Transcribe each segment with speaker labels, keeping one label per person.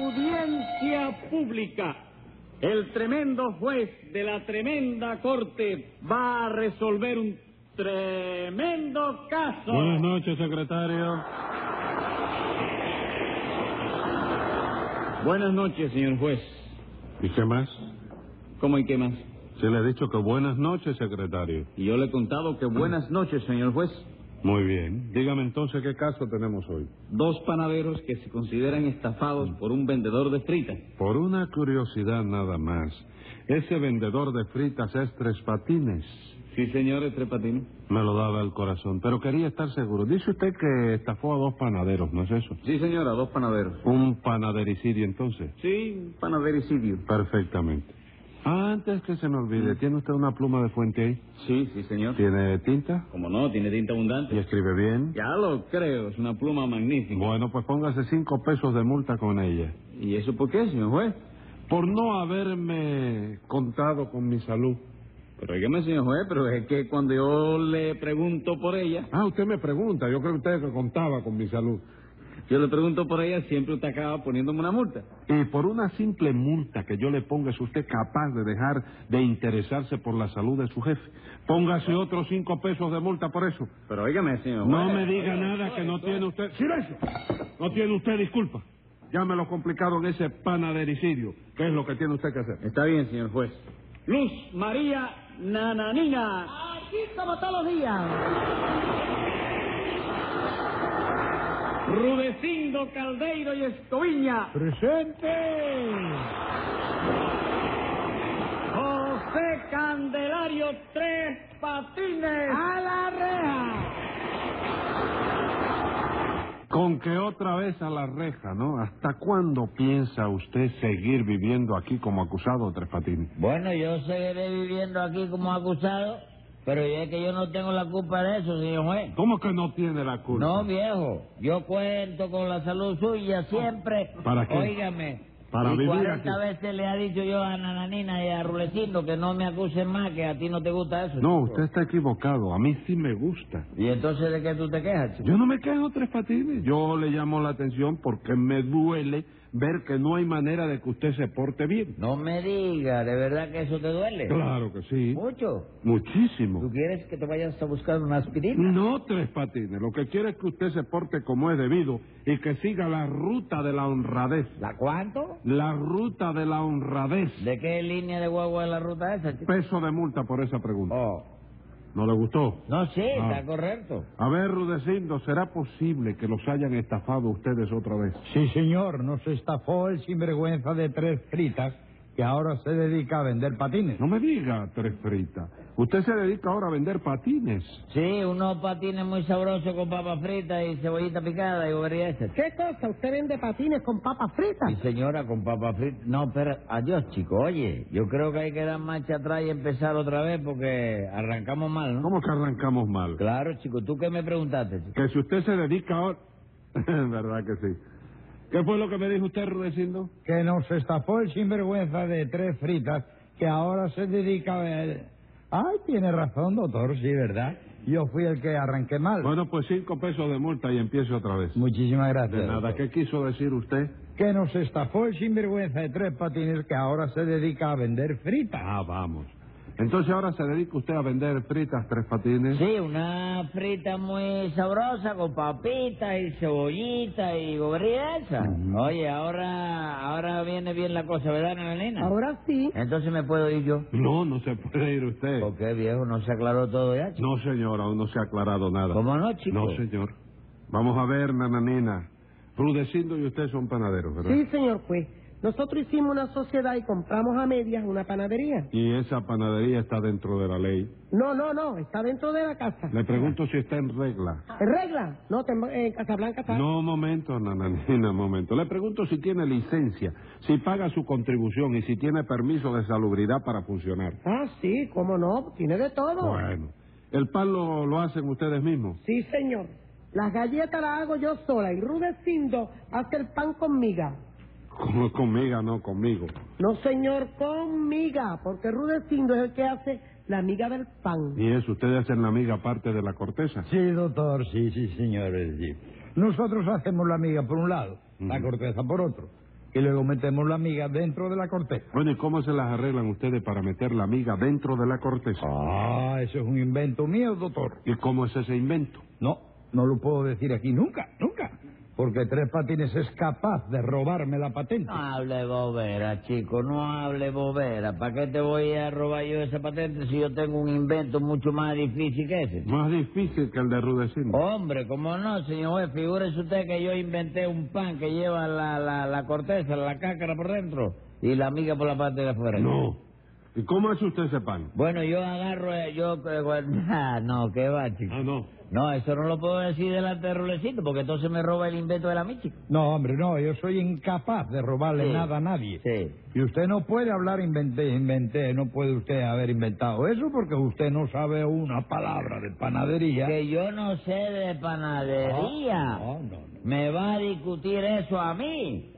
Speaker 1: Audiencia pública. El tremendo juez de la tremenda corte va a resolver un tremendo caso.
Speaker 2: Buenas noches, secretario.
Speaker 1: Buenas noches, señor juez.
Speaker 2: ¿Y qué más?
Speaker 1: ¿Cómo y qué más?
Speaker 2: Se le ha dicho que buenas noches, secretario.
Speaker 1: Y yo le he contado que buenas noches, señor juez.
Speaker 2: Muy bien. Dígame entonces qué caso tenemos hoy.
Speaker 1: Dos panaderos que se consideran estafados por un vendedor de fritas.
Speaker 2: Por una curiosidad nada más, ese vendedor de fritas es Tres Patines.
Speaker 1: Sí, señores, Tres Patines.
Speaker 2: Me lo daba el corazón, pero quería estar seguro. Dice usted que estafó a dos panaderos, ¿no es eso?
Speaker 1: Sí, señora, dos panaderos.
Speaker 2: Un panadericidio entonces.
Speaker 1: Sí, panadericidio.
Speaker 2: Perfectamente. Antes que se me olvide, ¿tiene usted una pluma de fuente ahí?
Speaker 1: Sí, sí, señor.
Speaker 2: ¿Tiene tinta?
Speaker 1: Como no, tiene tinta abundante.
Speaker 2: ¿Y escribe bien?
Speaker 1: Ya lo creo, es una pluma magnífica.
Speaker 2: Bueno, pues póngase cinco pesos de multa con ella.
Speaker 1: ¿Y eso por qué, señor juez?
Speaker 2: Por no haberme contado con mi salud.
Speaker 1: Pero dígame, señor juez, pero es que cuando yo le pregunto por ella,
Speaker 2: Ah, usted me pregunta. Yo creo que usted que contaba con mi salud.
Speaker 1: yo le pregunto por ella, siempre usted acaba poniéndome una multa.
Speaker 2: Y por una simple multa que yo le ponga, es usted capaz de dejar de interesarse por la salud de su jefe. Póngase otros cinco pesos de multa por eso.
Speaker 1: Pero dígame, señor juez.
Speaker 2: No me diga nada que no tiene usted. ¡Silencio! No tiene usted disculpa. Ya me lo complicaron ese panadericidio. ¿Qué es lo que tiene usted que hacer?
Speaker 1: Está bien, señor juez. Luz María Nananina.
Speaker 3: Aquí como todos los días.
Speaker 1: Rudecindo Caldeiro y Escoviña.
Speaker 2: ¡Presente!
Speaker 1: José Candelario Tres Patines.
Speaker 3: A la reja.
Speaker 2: Con que otra vez a la reja, ¿no? ¿Hasta cuándo piensa usted seguir viviendo aquí como acusado, Tres Patines?
Speaker 4: Bueno, yo seguiré viviendo aquí como acusado, pero es que yo no tengo la culpa de eso, señor juez.
Speaker 2: ¿Cómo que no tiene la culpa?
Speaker 4: No, viejo, yo cuento con la salud suya siempre.
Speaker 2: ¿Para qué?
Speaker 4: Óigame.
Speaker 2: Para
Speaker 4: y
Speaker 2: vivir
Speaker 4: 40
Speaker 2: aquí.
Speaker 4: veces le ha dicho yo a Nananina y a Rulecindo que no me acusen más, que a ti no te gusta eso.
Speaker 2: No,
Speaker 4: chico.
Speaker 2: usted está equivocado. A mí sí me gusta.
Speaker 4: ¿Y entonces de qué tú te quejas, chico?
Speaker 2: Yo no me quejo, Tres Patines. Yo le llamo la atención porque me duele ver que no hay manera de que usted se porte bien.
Speaker 4: No me digas, ¿de verdad que eso te duele?
Speaker 2: Claro que sí.
Speaker 4: Mucho. ¿Tú
Speaker 2: Muchísimo.
Speaker 4: quieres que te vayas a buscar una aspirina?
Speaker 2: No, Tres Patines. Lo que quiero es que usted se porte como es debido y que siga la ruta de la honradez.
Speaker 4: ¿La cuánto?
Speaker 2: La ruta de la honradez.
Speaker 4: ¿De qué línea de guagua es la ruta esa, chico?
Speaker 2: Peso de multa por esa pregunta.
Speaker 4: Oh.
Speaker 2: ¿No le gustó?
Speaker 4: No, sí,
Speaker 2: Ah.
Speaker 4: está correcto.
Speaker 2: A ver, Rudecindo, ¿será posible que los hayan estafado ustedes otra vez?
Speaker 5: Sí, señor, nos estafó el sinvergüenza de tres fritas que ahora se dedica a vender patines.
Speaker 2: No me diga, Tres Fritas. Usted se dedica ahora a vender patines.
Speaker 4: Sí, unos patines muy sabrosos con papas fritas y cebollita picada y boberías.
Speaker 3: ¿Qué cosa? ¿Usted vende patines con papas fritas?
Speaker 4: Y señora, con papas fritas. No, pero adiós, chico. Oye, yo creo que hay que dar marcha atrás y empezar otra vez porque arrancamos mal, ¿no?
Speaker 2: ¿Cómo que arrancamos mal?
Speaker 4: Claro, chico. ¿Tú qué me preguntaste, chico?
Speaker 2: Que si usted se dedica ahora... ¿Verdad que sí? ¿Qué fue lo que me dijo usted, Rudecindo?
Speaker 5: Que nos estafó el sinvergüenza de tres fritas que ahora se dedica a ver... Ay, tiene razón, doctor, sí, ¿verdad? Yo fui el que arranqué mal.
Speaker 2: Bueno, pues cinco pesos de multa y empiece otra vez.
Speaker 5: Muchísimas gracias.
Speaker 2: De nada, ¿qué quiso decir usted?
Speaker 5: Que nos estafó el sinvergüenza de tres patines que ahora se dedica a vender fritas.
Speaker 2: Ah, vamos. Entonces ahora se dedica usted a vender fritas, Tres Patines.
Speaker 4: Sí, una frita muy sabrosa con papitas y cebollita y boberías. Oye, ahora, ahora viene bien la cosa, ¿verdad, Nananina?
Speaker 3: Ahora sí.
Speaker 4: Entonces me puedo ir yo.
Speaker 2: No, no se puede ir usted.
Speaker 4: ¿Por qué, viejo? ¿No se aclaró todo ya, chico?
Speaker 2: No, señor, aún no se ha aclarado nada.
Speaker 4: ¿Cómo no, chico?
Speaker 2: No, señor. Vamos a ver, nananina. Rudecindo y usted son panaderos, ¿verdad?
Speaker 3: Sí, señor juez. Nosotros hicimos una sociedad y compramos a medias una panadería.
Speaker 2: Y esa panadería está dentro de la ley.
Speaker 3: No, no, no. Está dentro de la casa.
Speaker 2: Le pregunto si está en regla.
Speaker 3: ¿En regla? No, tem- en Casablanca está.
Speaker 2: No, momento, nananina, momento. Le pregunto si tiene licencia, si paga su contribución y si tiene permiso de salubridad para funcionar.
Speaker 3: Ah, sí, cómo no. Tiene de todo.
Speaker 2: Bueno. ¿El pan lo, lo hacen ustedes mismos?
Speaker 3: Sí, señor. Las galletas las hago yo sola y Rudecindo hace el pan con miga.
Speaker 2: Con, conmigo, no, conmigo.
Speaker 3: No, señor, con miga, porque Rudecindo es el que hace la miga del pan.
Speaker 2: Y eso, ustedes hacen la miga parte de la corteza.
Speaker 5: Sí, doctor, sí, sí, señores, sí. Nosotros hacemos la miga por un lado, la
Speaker 2: Ujú.
Speaker 5: corteza por otro. y luego metemos la miga dentro de la corteza.
Speaker 2: Bueno, ¿y cómo se las arreglan ustedes para meter la miga dentro de la corteza?
Speaker 5: Ah, eso es un invento mío, doctor.
Speaker 2: ¿Y cómo es ese invento?
Speaker 5: No, no lo puedo decir aquí nunca, nunca. Porque Tres Patines es capaz de robarme la patente.
Speaker 4: No hable bobera, chico, no hable bobera. ¿Para qué te voy a robar yo esa patente si yo tengo un invento mucho más difícil que ese?
Speaker 2: Más difícil que el de Rudecindo.
Speaker 4: Hombre, ¿cómo no, señor juez? Figúrese usted que yo inventé un pan que lleva la, la, la corteza, la cáscara por dentro y la miga por la parte de afuera.
Speaker 2: No. ¿Y cómo hace usted ese pan?
Speaker 4: Bueno, yo agarro, eh, yo... eh, bueno, ah, no, qué va, chico.
Speaker 2: Ah, no.
Speaker 4: No, eso no lo puedo decir delante de Rulecito porque entonces me roba el invento de la miga.
Speaker 5: No, hombre, no, yo soy incapaz de robarle
Speaker 4: Sí.
Speaker 5: nada a nadie.
Speaker 4: Sí.
Speaker 5: Y usted no puede hablar inventé, inventé, no puede usted haber inventado eso porque usted no sabe una palabra de panadería.
Speaker 4: Que yo no sé de Ah. panadería.
Speaker 5: No, no, no.
Speaker 4: Me va a discutir eso a mí.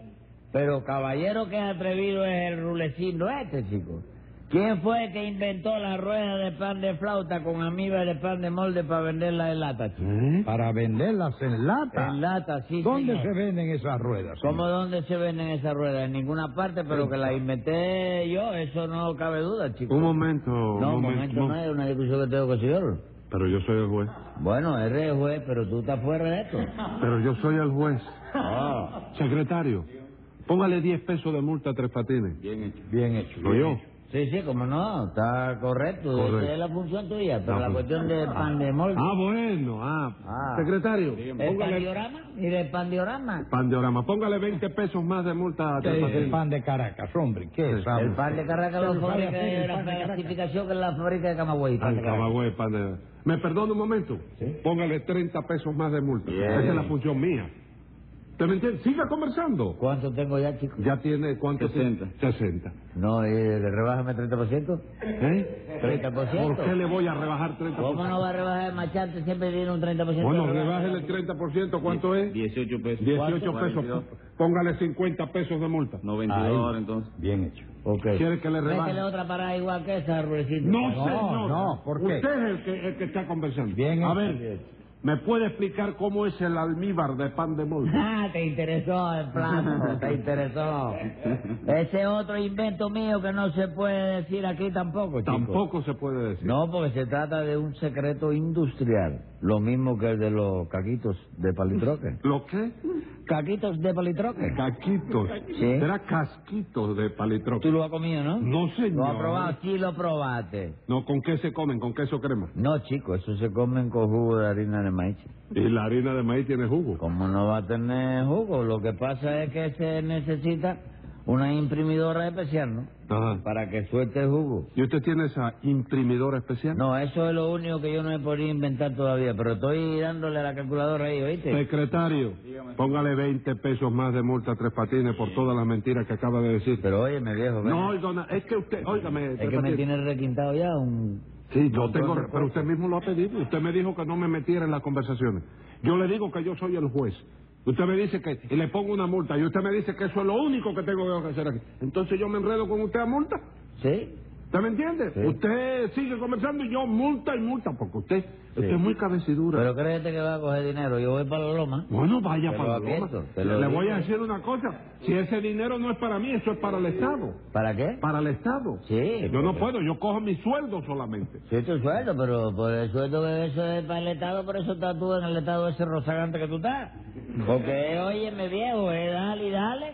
Speaker 4: Pero caballero que atrevido es el rulecindo este, chico. ¿Quién fue el que inventó la rueda de pan de flauta con amiga de pan de molde para venderla en lata, chico?
Speaker 2: ¿Eh?
Speaker 5: Para venderlas en lata.
Speaker 4: En lata, sí,
Speaker 5: Ah. ¿Dónde
Speaker 4: señor.
Speaker 5: se venden esas ruedas?
Speaker 4: ¿Cómo dónde se venden esas ruedas? En ninguna parte, pero que la inventé yo, eso no cabe duda, chico.
Speaker 2: Un momento, un
Speaker 4: No, un momento, no
Speaker 2: mom-
Speaker 4: es una discusión que tengo con el señor.
Speaker 2: Pero yo soy el juez.
Speaker 4: Bueno, eres el juez, pero tú estás fuera de esto.
Speaker 2: Pero yo soy el juez.
Speaker 4: Ah.
Speaker 2: Secretario, póngale 10 pesos de multa a Tres Patines.
Speaker 1: Bien hecho.
Speaker 5: Bien hecho.
Speaker 2: ¿Lo yo?
Speaker 4: Sí, sí, como no, está correcto.
Speaker 2: Correcto.
Speaker 4: Esa es la función tuya, pero
Speaker 2: Ah,
Speaker 4: la
Speaker 2: pues.
Speaker 4: cuestión de pan de molde.
Speaker 2: Ah, bueno, ah.
Speaker 4: Ah.
Speaker 2: Secretario,
Speaker 4: ¿El
Speaker 2: póngale...
Speaker 4: pandiorama? ¿Y del pandiorama?
Speaker 2: Pandiorama, póngale 20 pesos más de multa a
Speaker 5: ¿Qué
Speaker 2: Tres
Speaker 5: es Eh, el
Speaker 2: Patines.
Speaker 5: pan de Caracas, hombre? ¿Qué es?
Speaker 4: El pan de Caracas lo
Speaker 5: El pan
Speaker 4: fabrica
Speaker 5: de Caracas,
Speaker 4: de
Speaker 5: el
Speaker 4: la
Speaker 5: pan de Caracas.
Speaker 4: clasificación que es la fábrica de Camagüey. pan de
Speaker 2: Al
Speaker 4: Caracas.
Speaker 2: Camagüey, pan de- ¿Me perdona un momento? Póngale 30 pesos más de multa. Esa es la función mía. ¿Te me entiendes? Siga conversando.
Speaker 4: ¿Cuánto tengo ya, chico?
Speaker 2: Ya tiene, ¿cuánto?
Speaker 1: 60.
Speaker 2: 60.
Speaker 4: No, eh, rebájame 30%.
Speaker 2: ¿Eh?
Speaker 4: 30%.
Speaker 2: ¿Por qué le voy a rebajar 30%?
Speaker 4: ¿Cómo no va a rebajar el machante? Siempre tiene un 30%. de
Speaker 2: Bueno,
Speaker 4: rebaja.
Speaker 2: rebájele el 30%, ¿cuánto es?
Speaker 1: 18 pesos.
Speaker 2: 18 pesos.
Speaker 1: 42.
Speaker 2: Póngale 50 pesos de multa.
Speaker 1: 92 ahora entonces.
Speaker 5: Bien hecho.
Speaker 4: Ok.
Speaker 2: ¿Quiere que le
Speaker 4: Métele
Speaker 2: rebaje?
Speaker 4: otra parada igual que esa, Rulecito.
Speaker 2: No,
Speaker 5: No,
Speaker 2: señor.
Speaker 5: no, ¿por qué?
Speaker 2: Usted es el que, el que está conversando.
Speaker 5: Bien
Speaker 2: a
Speaker 5: hecho.
Speaker 2: ver, ¿me puede explicar cómo es el almíbar de pan de molde?
Speaker 4: Ah, te interesó el plato, te interesó. Ese otro invento mío que no se puede decir aquí tampoco, chico.
Speaker 2: Tampoco se puede decir.
Speaker 4: No, porque se trata de un secreto industrial, lo mismo que el de los caquitos de palitroque.
Speaker 2: ¿Lo qué?
Speaker 4: ¿Caquitos de palitroque?
Speaker 2: Caquitos.
Speaker 4: Sí.
Speaker 2: Será casquitos de palitroque.
Speaker 4: Tú lo has comido, ¿no?
Speaker 2: No, señor.
Speaker 4: ¿Lo has probado? Sí, lo probaste.
Speaker 2: No, ¿con qué se comen? ¿Con queso crema?
Speaker 4: No, chico, eso se comen con jugo de harina de maíz.
Speaker 2: Y la harina de maíz tiene jugo.
Speaker 4: Como no va a tener jugo, lo que pasa es que se necesita una imprimidora especial, ¿no?
Speaker 2: Ajá.
Speaker 4: Para que suelte el jugo.
Speaker 2: ¿Y usted tiene esa imprimidora especial?
Speaker 4: No, eso es lo único que yo no he podido inventar todavía, pero estoy dándole a la calculadora ahí, ¿oíste?
Speaker 2: Secretario, póngale 20 pesos más de multa a Tres Patines por todas las mentiras que acaba de decir.
Speaker 4: Pero óyeme, viejo, ven.
Speaker 2: No, oiga, na- es que usted, óigame.
Speaker 4: es
Speaker 2: Tres
Speaker 4: que me
Speaker 2: Patines.
Speaker 4: tiene requintado ya un...
Speaker 2: Sí, yo
Speaker 4: montón
Speaker 2: tengo,
Speaker 4: de
Speaker 2: re- pero pues, usted mismo lo ha pedido. Usted me dijo que no me metiera en las conversaciones. Yo le digo que yo soy el juez. Usted me dice que, y le pongo una multa, y usted me dice que eso es lo único que tengo que hacer aquí. Entonces yo me enredo con usted a multa.
Speaker 4: ¿Sí?
Speaker 2: ¿Usted me entiende?
Speaker 4: Sí.
Speaker 2: Usted sigue conversando y yo multa y multa, porque usted, usted es muy cabecidura.
Speaker 4: Pero créete que va a coger dinero, yo voy para la loma.
Speaker 2: Bueno, vaya
Speaker 4: Te lo
Speaker 2: para
Speaker 4: advierto, te lo
Speaker 2: Le
Speaker 4: digo.
Speaker 2: voy a decir una cosa. Si ese dinero no es para mí, eso es para el Estado.
Speaker 4: ¿Para qué?
Speaker 2: Para el Estado.
Speaker 4: Sí.
Speaker 2: Yo no puedo, yo cojo mi sueldo solamente.
Speaker 4: Sí, tu sueldo, pero por el sueldo que eso es para el Estado, por eso estás tú en el Estado ese rozagante que tú estás. Porque, óyeme, viejo, eh, dale y dale.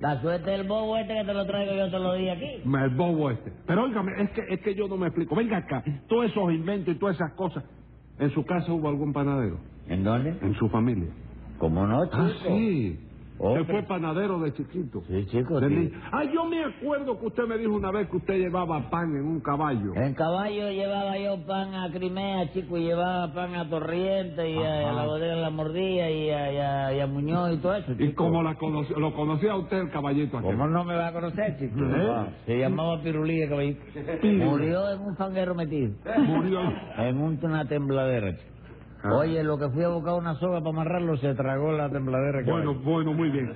Speaker 4: La suerte del bobo este que te lo traigo yo te lo di aquí.
Speaker 2: Me- El bobo este. Pero óigame, es que, es que yo no me explico. Venga acá, todos esos inventos y todas esas cosas. ¿En su casa hubo algún panadero?
Speaker 4: ¿En dónde?
Speaker 2: ¿En su familia?
Speaker 4: ¿Cómo no, chico?
Speaker 2: Ah, sí.
Speaker 4: Hombre.
Speaker 2: Usted fue panadero de chiquito.
Speaker 4: Sí, chico,
Speaker 2: De
Speaker 4: sí.
Speaker 2: niño. Ah, yo me acuerdo que usted me dijo una vez que usted llevaba pan en un caballo.
Speaker 4: En caballo llevaba yo pan a Crimea, chico, y llevaba pan a Torriente, y a,
Speaker 2: Ajá.
Speaker 4: a la bodega de la Mordía, y a, y a- y a Muñoz, y todo eso,
Speaker 2: ¿Y
Speaker 4: chico.
Speaker 2: cómo la conoce- lo conocía usted el caballito aquel?
Speaker 4: ¿Cómo no me va a conocer, chico?
Speaker 2: ¿Eh?
Speaker 4: Se llamaba Pirulí el caballito.
Speaker 2: Pirulí.
Speaker 4: Murió en un fanguero metido.
Speaker 2: Murió.
Speaker 4: En un- una tembladera, chico.
Speaker 2: Ah.
Speaker 4: Oye, lo que fui a buscar una soga para amarrarlo se tragó la tembladera.
Speaker 2: Ah, Bueno,
Speaker 4: caballo.
Speaker 2: bueno, muy bien.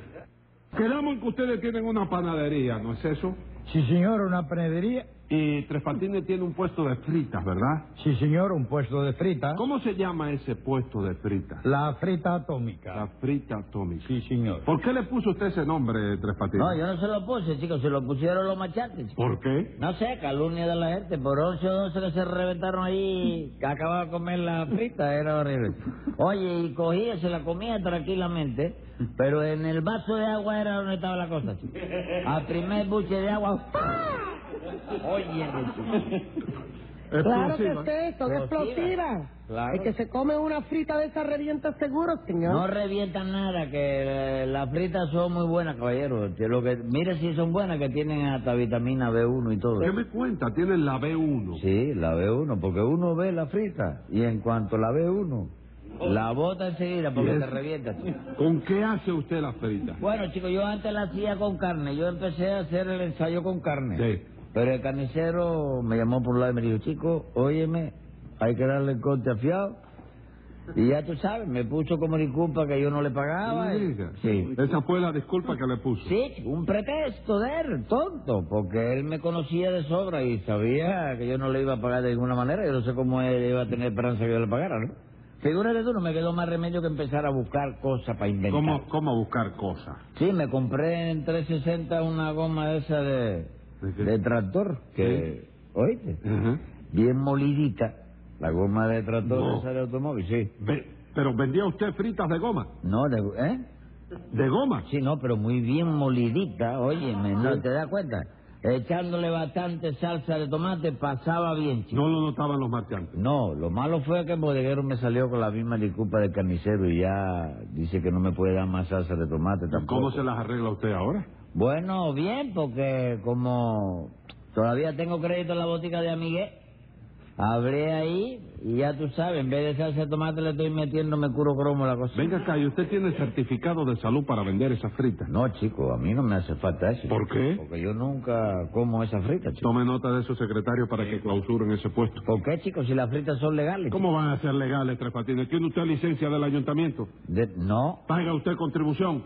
Speaker 2: Quedamos en que ustedes tienen una panadería, ¿no es eso?
Speaker 5: Sí, señor, una panadería
Speaker 2: Y Tres Patines tiene un puesto de fritas, ¿verdad?
Speaker 5: Sí, señor, un puesto de
Speaker 4: ¿Ah?
Speaker 5: frita.
Speaker 2: ¿Cómo se llama ese puesto de fritas?
Speaker 5: La frita atómica.
Speaker 4: Ah.
Speaker 2: La frita atómica.
Speaker 5: Sí, señor.
Speaker 2: ¿Por qué le puso usted ese nombre, Tres Patines?
Speaker 4: No, yo no se lo puse, chicos, se lo pusieron los machates.
Speaker 2: ¿Por qué?
Speaker 4: No sé, calumnia de la gente. Por 11 o 12 que se reventaron ahí, que acababa de comer la frita, era horrible. Oye, y cogía, se la comía tranquilamente, pero en el vaso de agua era donde estaba la cosa, chico. Al primer buche de agua. ¡pah! Oye, chico.
Speaker 3: Claro que
Speaker 2: Explosiva.
Speaker 3: sí, son explosivas.
Speaker 4: Claro.
Speaker 3: El que se come una frita de esas revienta seguro, señor.
Speaker 4: No revientan nada, que eh, las fritas son muy buenas, caballero. Que Lo que, mire si son buenas, que tienen hasta vitamina B1 y todo.
Speaker 2: ¿Qué me cuenta? Tienen la B1.
Speaker 4: Sí, la ve uno, porque uno ve la frita y en cuanto la ve uno, la bota enseguida porque
Speaker 2: Yes.
Speaker 4: te revienta. chico.
Speaker 2: ¿Con qué hace usted la frita?
Speaker 4: Bueno, chicos, yo antes la hacía con carne, yo empecé a hacer el ensayo con carne.
Speaker 2: Sí.
Speaker 4: Pero el carnicero me llamó por un lado y me dijo, chico, óyeme, hay que darle el corte afiado. Y ya tú sabes, me puso como disculpa que yo no le pagaba. y-
Speaker 2: Diga.
Speaker 4: Ah, Sí.
Speaker 2: Esa fue la disculpa que le puso.
Speaker 4: Sí, un pretexto de él, tonto, porque él me conocía de sobra y sabía que yo no le iba a pagar de ninguna manera. Yo no sé cómo él iba a tener esperanza que yo le pagara, ¿no? Figúrate tú, no me quedó más remedio que empezar a buscar cosas para inventar.
Speaker 2: ¿Cómo, cómo buscar cosas?
Speaker 4: Sí, me compré en 360 una goma de esa de,
Speaker 2: ¿De qué?
Speaker 4: de tractor, que, oíste,
Speaker 2: Ajá.
Speaker 4: bien molidita, la goma de tractor
Speaker 2: No.
Speaker 4: esa de automóvil, sí.
Speaker 2: Ve- ¿Pero vendía usted fritas de goma?
Speaker 4: No, de, ¿eh?
Speaker 2: ¿De goma?
Speaker 4: Sí, no, pero muy bien molidita, oye, ¿no te das cuenta? Echándole bastante salsa de tomate, pasaba bien, chico.
Speaker 2: No lo notaban los marchantes.
Speaker 4: No, lo malo fue que el bodeguero me salió con la misma disculpa del carnicero y ya dice que no me puede dar más salsa de tomate tampoco.
Speaker 2: ¿Cómo se las arregla usted ahora?
Speaker 4: Bueno, bien, porque como todavía tengo crédito en la botica de Amigué, hablé ahí y ya tú sabes, en vez de salsa de tomate le estoy metiendo me curo cromo la cosa.
Speaker 2: Venga acá, ¿y usted tiene certificado de salud para vender esas fritas?
Speaker 4: No, chico, a mí no me hace falta eso.
Speaker 2: ¿Por qué?
Speaker 4: Porque yo nunca como esa frita, chico.
Speaker 2: Tome nota de su secretario para que clausuren ese puesto.
Speaker 4: ¿Por qué, chicos, si las fritas son legales?
Speaker 2: ¿Cómo van a ser legales, Tres Patines? ¿Tiene usted licencia del ayuntamiento?
Speaker 4: De- no,
Speaker 2: ¿Paga usted contribución?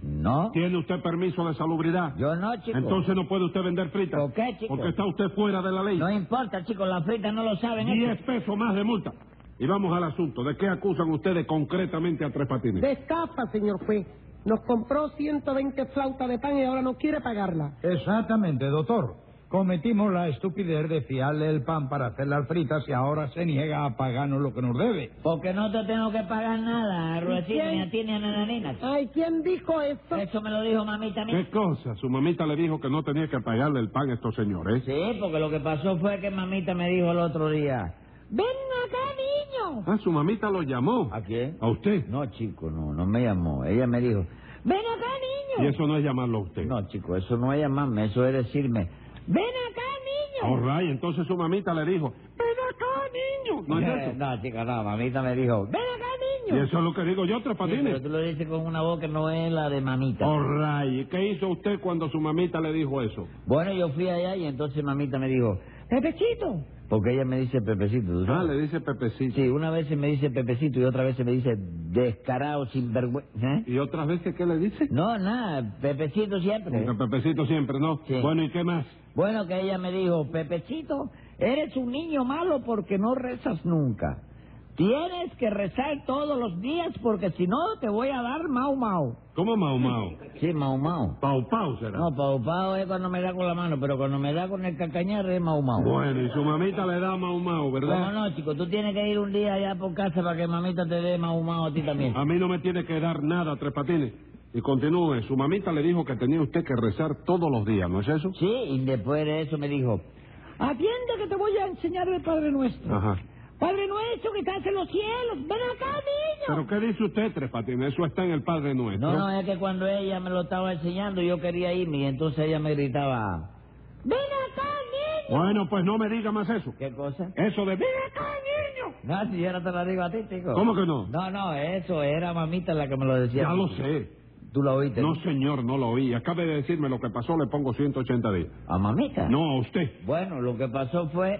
Speaker 4: no.
Speaker 2: ¿Tiene usted permiso de salubridad?
Speaker 4: Yo no, chico.
Speaker 2: Entonces no puede usted vender fritas.
Speaker 4: ¿Por qué, chico?
Speaker 2: Porque está usted fuera de la ley.
Speaker 4: No importa, chicos, las fritas no lo saben. ¿eh?
Speaker 2: Diez pesos más de multa. Y vamos al asunto. ¿De qué acusan ustedes concretamente a Tres Patines?
Speaker 3: De estafa, señor juez. Nos compró 120 flautas de pan y ahora no quiere pagarla.
Speaker 5: Exactamente, doctor. Cometimos la estupidez de fiarle el pan para hacer las fritas y ahora se niega a pagarnos lo que nos debe.
Speaker 4: Porque no te tengo que pagar nada, Ruecito,
Speaker 3: quién?
Speaker 4: ni a ti ni a Nananina.
Speaker 3: Ay, ¿quién dijo eso?
Speaker 4: Eso me lo dijo mamita mía.
Speaker 2: ¿Qué cosa? Su mamita le dijo que no tenía que pagarle el pan a estos señores.
Speaker 4: Sí, porque lo que pasó fue que mamita me dijo el otro día.
Speaker 6: Ven acá, niño.
Speaker 2: Ah, su mamita lo llamó.
Speaker 4: ¿A quién?
Speaker 2: ¿A usted?
Speaker 4: No, chico, no, no me llamó. Ella me dijo.
Speaker 6: Ven acá, niño.
Speaker 2: Y eso no es llamarlo a usted.
Speaker 4: No, chico, eso no es llamarme, eso es decirme.
Speaker 6: Ven acá, niño.
Speaker 2: Oh, ray, entonces su mamita le dijo, ven acá, niño. ¿No es
Speaker 4: Eh,
Speaker 2: eso?
Speaker 4: no, chica, no, mamita me dijo. "Ven".
Speaker 6: Ven acá,
Speaker 2: Y
Speaker 6: niño.
Speaker 2: eso es lo que digo yo, Tres
Speaker 4: Sí, pero
Speaker 2: Patines.
Speaker 4: tú lo dices con una voz que no es la de mamita.
Speaker 2: Oh, ray, ¿y ¿qué hizo usted cuando su mamita le dijo eso?
Speaker 4: Bueno, yo fui allá y entonces mamita me dijo.
Speaker 3: Pepechito.
Speaker 4: Porque ella me dice Pepecito. ¿tú
Speaker 2: Ah,
Speaker 4: sabes?
Speaker 2: le dice Pepecito.
Speaker 4: Sí, una vez me dice Pepecito y otra vez me dice descarado, sinvergüenza. ¿eh?
Speaker 2: ¿Y otras veces qué le dice?
Speaker 4: No, nada, Pepecito siempre.
Speaker 2: Porque Pepecito siempre, ¿no?
Speaker 4: Sí.
Speaker 2: Bueno, ¿y qué más?
Speaker 4: Bueno, que ella me dijo, Pepecito, eres un niño malo porque no rezas nunca. Tienes que rezar todos los días porque si no te voy a dar mau mau.
Speaker 2: ¿Cómo Mau Mau?
Speaker 4: Sí, mau mau.
Speaker 2: Pau Pau será.
Speaker 4: No, pau pau es cuando me da con la mano, pero cuando me da con el cacañar es mau mau.
Speaker 2: Bueno, y su mamita le da Mau Mau,
Speaker 4: No,
Speaker 2: ¿verdad?
Speaker 4: no, chico, tú tienes que ir un día allá por casa para que mamita te dé mau mau a ti también.
Speaker 2: A mí no me tiene que dar nada, Tres Patines. Y continúe, su mamita le dijo que tenía usted que rezar todos los días, ¿no es eso?
Speaker 4: Sí, y después de eso me dijo,
Speaker 6: Atiende que te voy a enseñar el Padre Nuestro.
Speaker 2: Ajá.
Speaker 4: Ah.
Speaker 6: Padre Nuestro que estás en los cielos. Ven acá, niño.
Speaker 2: ¿Pero qué dice usted, Tres Patines? Eso está en el Padre Nuestro.
Speaker 4: no, no, es que cuando ella me lo estaba enseñando yo quería irme y entonces ella me gritaba,
Speaker 6: Ven acá, niño.
Speaker 2: Bueno, pues no me diga más eso.
Speaker 4: ¿qué cosa?
Speaker 2: Eso de...
Speaker 6: Ven acá, niño.
Speaker 4: No, si yo no te lo digo a ti, chico.
Speaker 2: ¿Cómo que no?
Speaker 4: No, no, eso era mamita la que me lo decía.
Speaker 2: Ya lo sé.
Speaker 4: ¿Tú lo oíste?
Speaker 2: No, señor, no lo oí. Acabe de decirme lo que pasó, le pongo 180 días.
Speaker 4: ¿A mamita?
Speaker 2: No, a usted.
Speaker 4: Bueno, lo que pasó fue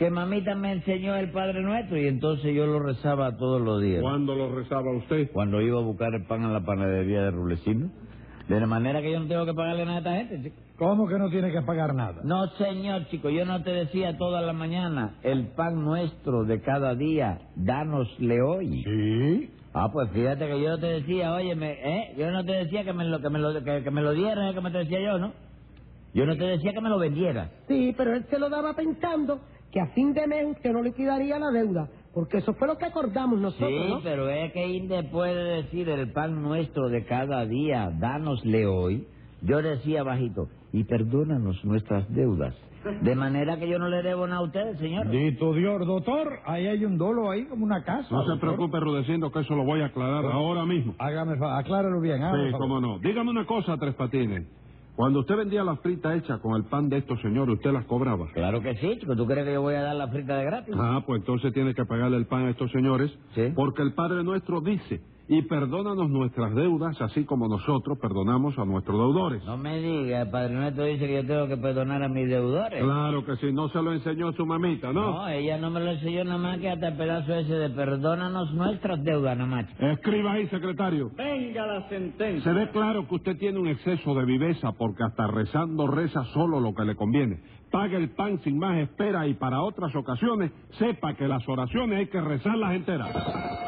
Speaker 4: que mamita me enseñó el Padre Nuestro y entonces yo lo rezaba todos los días.
Speaker 2: ¿Cuándo lo rezaba usted?
Speaker 4: Cuando iba a buscar el pan en la panadería de Rulecino, De la manera que yo no tengo que pagarle nada a esta gente, chico.
Speaker 5: ¿Cómo que no tiene que pagar nada?
Speaker 4: No, señor, chico, yo no te decía toda la mañana, el pan nuestro de cada día, dánosle hoy.
Speaker 5: ¿Sí?
Speaker 4: Ah, pues fíjate que yo no te decía, oye, ¿eh? yo no te decía que me lo, que me lo, que, que me lo dieras, es como te decía yo, ¿no? Yo no te decía que me lo vendieras.
Speaker 3: Sí, pero él se lo daba pensando que a fin de mes usted no liquidaría la deuda, porque eso fue lo que acordamos
Speaker 4: Sí,
Speaker 3: nosotros, ¿no?
Speaker 4: pero es que Inde puede decir el pan nuestro de cada día, dánosle hoy. Yo decía bajito, y perdónanos nuestras deudas. De manera que yo no le debo nada a ustedes, señor.
Speaker 5: Dito Dios, doctor, ahí hay un dolo ahí como una casa.
Speaker 2: No se
Speaker 5: doctor.
Speaker 2: preocupe, Rudecindo, que eso lo voy a aclarar ahora mismo.
Speaker 5: Hágame, el fa- acláralo bien. hágame el
Speaker 2: Sí,
Speaker 5: favor.
Speaker 2: cómo no. Dígame una cosa, Tres Patines. Cuando usted vendía las fritas hechas con el pan de estos señores, ¿usted las cobraba?
Speaker 4: Claro que sí, chico. ¿Tú crees que yo voy a dar la frita de gratis?
Speaker 2: Ah, pues entonces tiene que pagarle el pan a estos señores,
Speaker 4: Sí.
Speaker 2: porque el Padre Nuestro dice, y perdónanos nuestras deudas, así como nosotros perdonamos a nuestros deudores.
Speaker 4: No me digas, el Padre Nuestro dice que yo tengo que perdonar a mis deudores.
Speaker 2: Claro que sí, no se lo enseñó su mamita, ¿no?
Speaker 4: No, ella no me lo enseñó nada más que hasta el pedazo ese de perdónanos nuestras deudas, nada más. chico.
Speaker 2: Escriba ahí, secretario.
Speaker 1: Venga la sentencia.
Speaker 2: Se ve claro que usted tiene un exceso de viveza porque hasta rezando reza solo lo que le conviene. Pague el pan sin más espera y para otras ocasiones sepa que las oraciones hay que rezarlas enteras.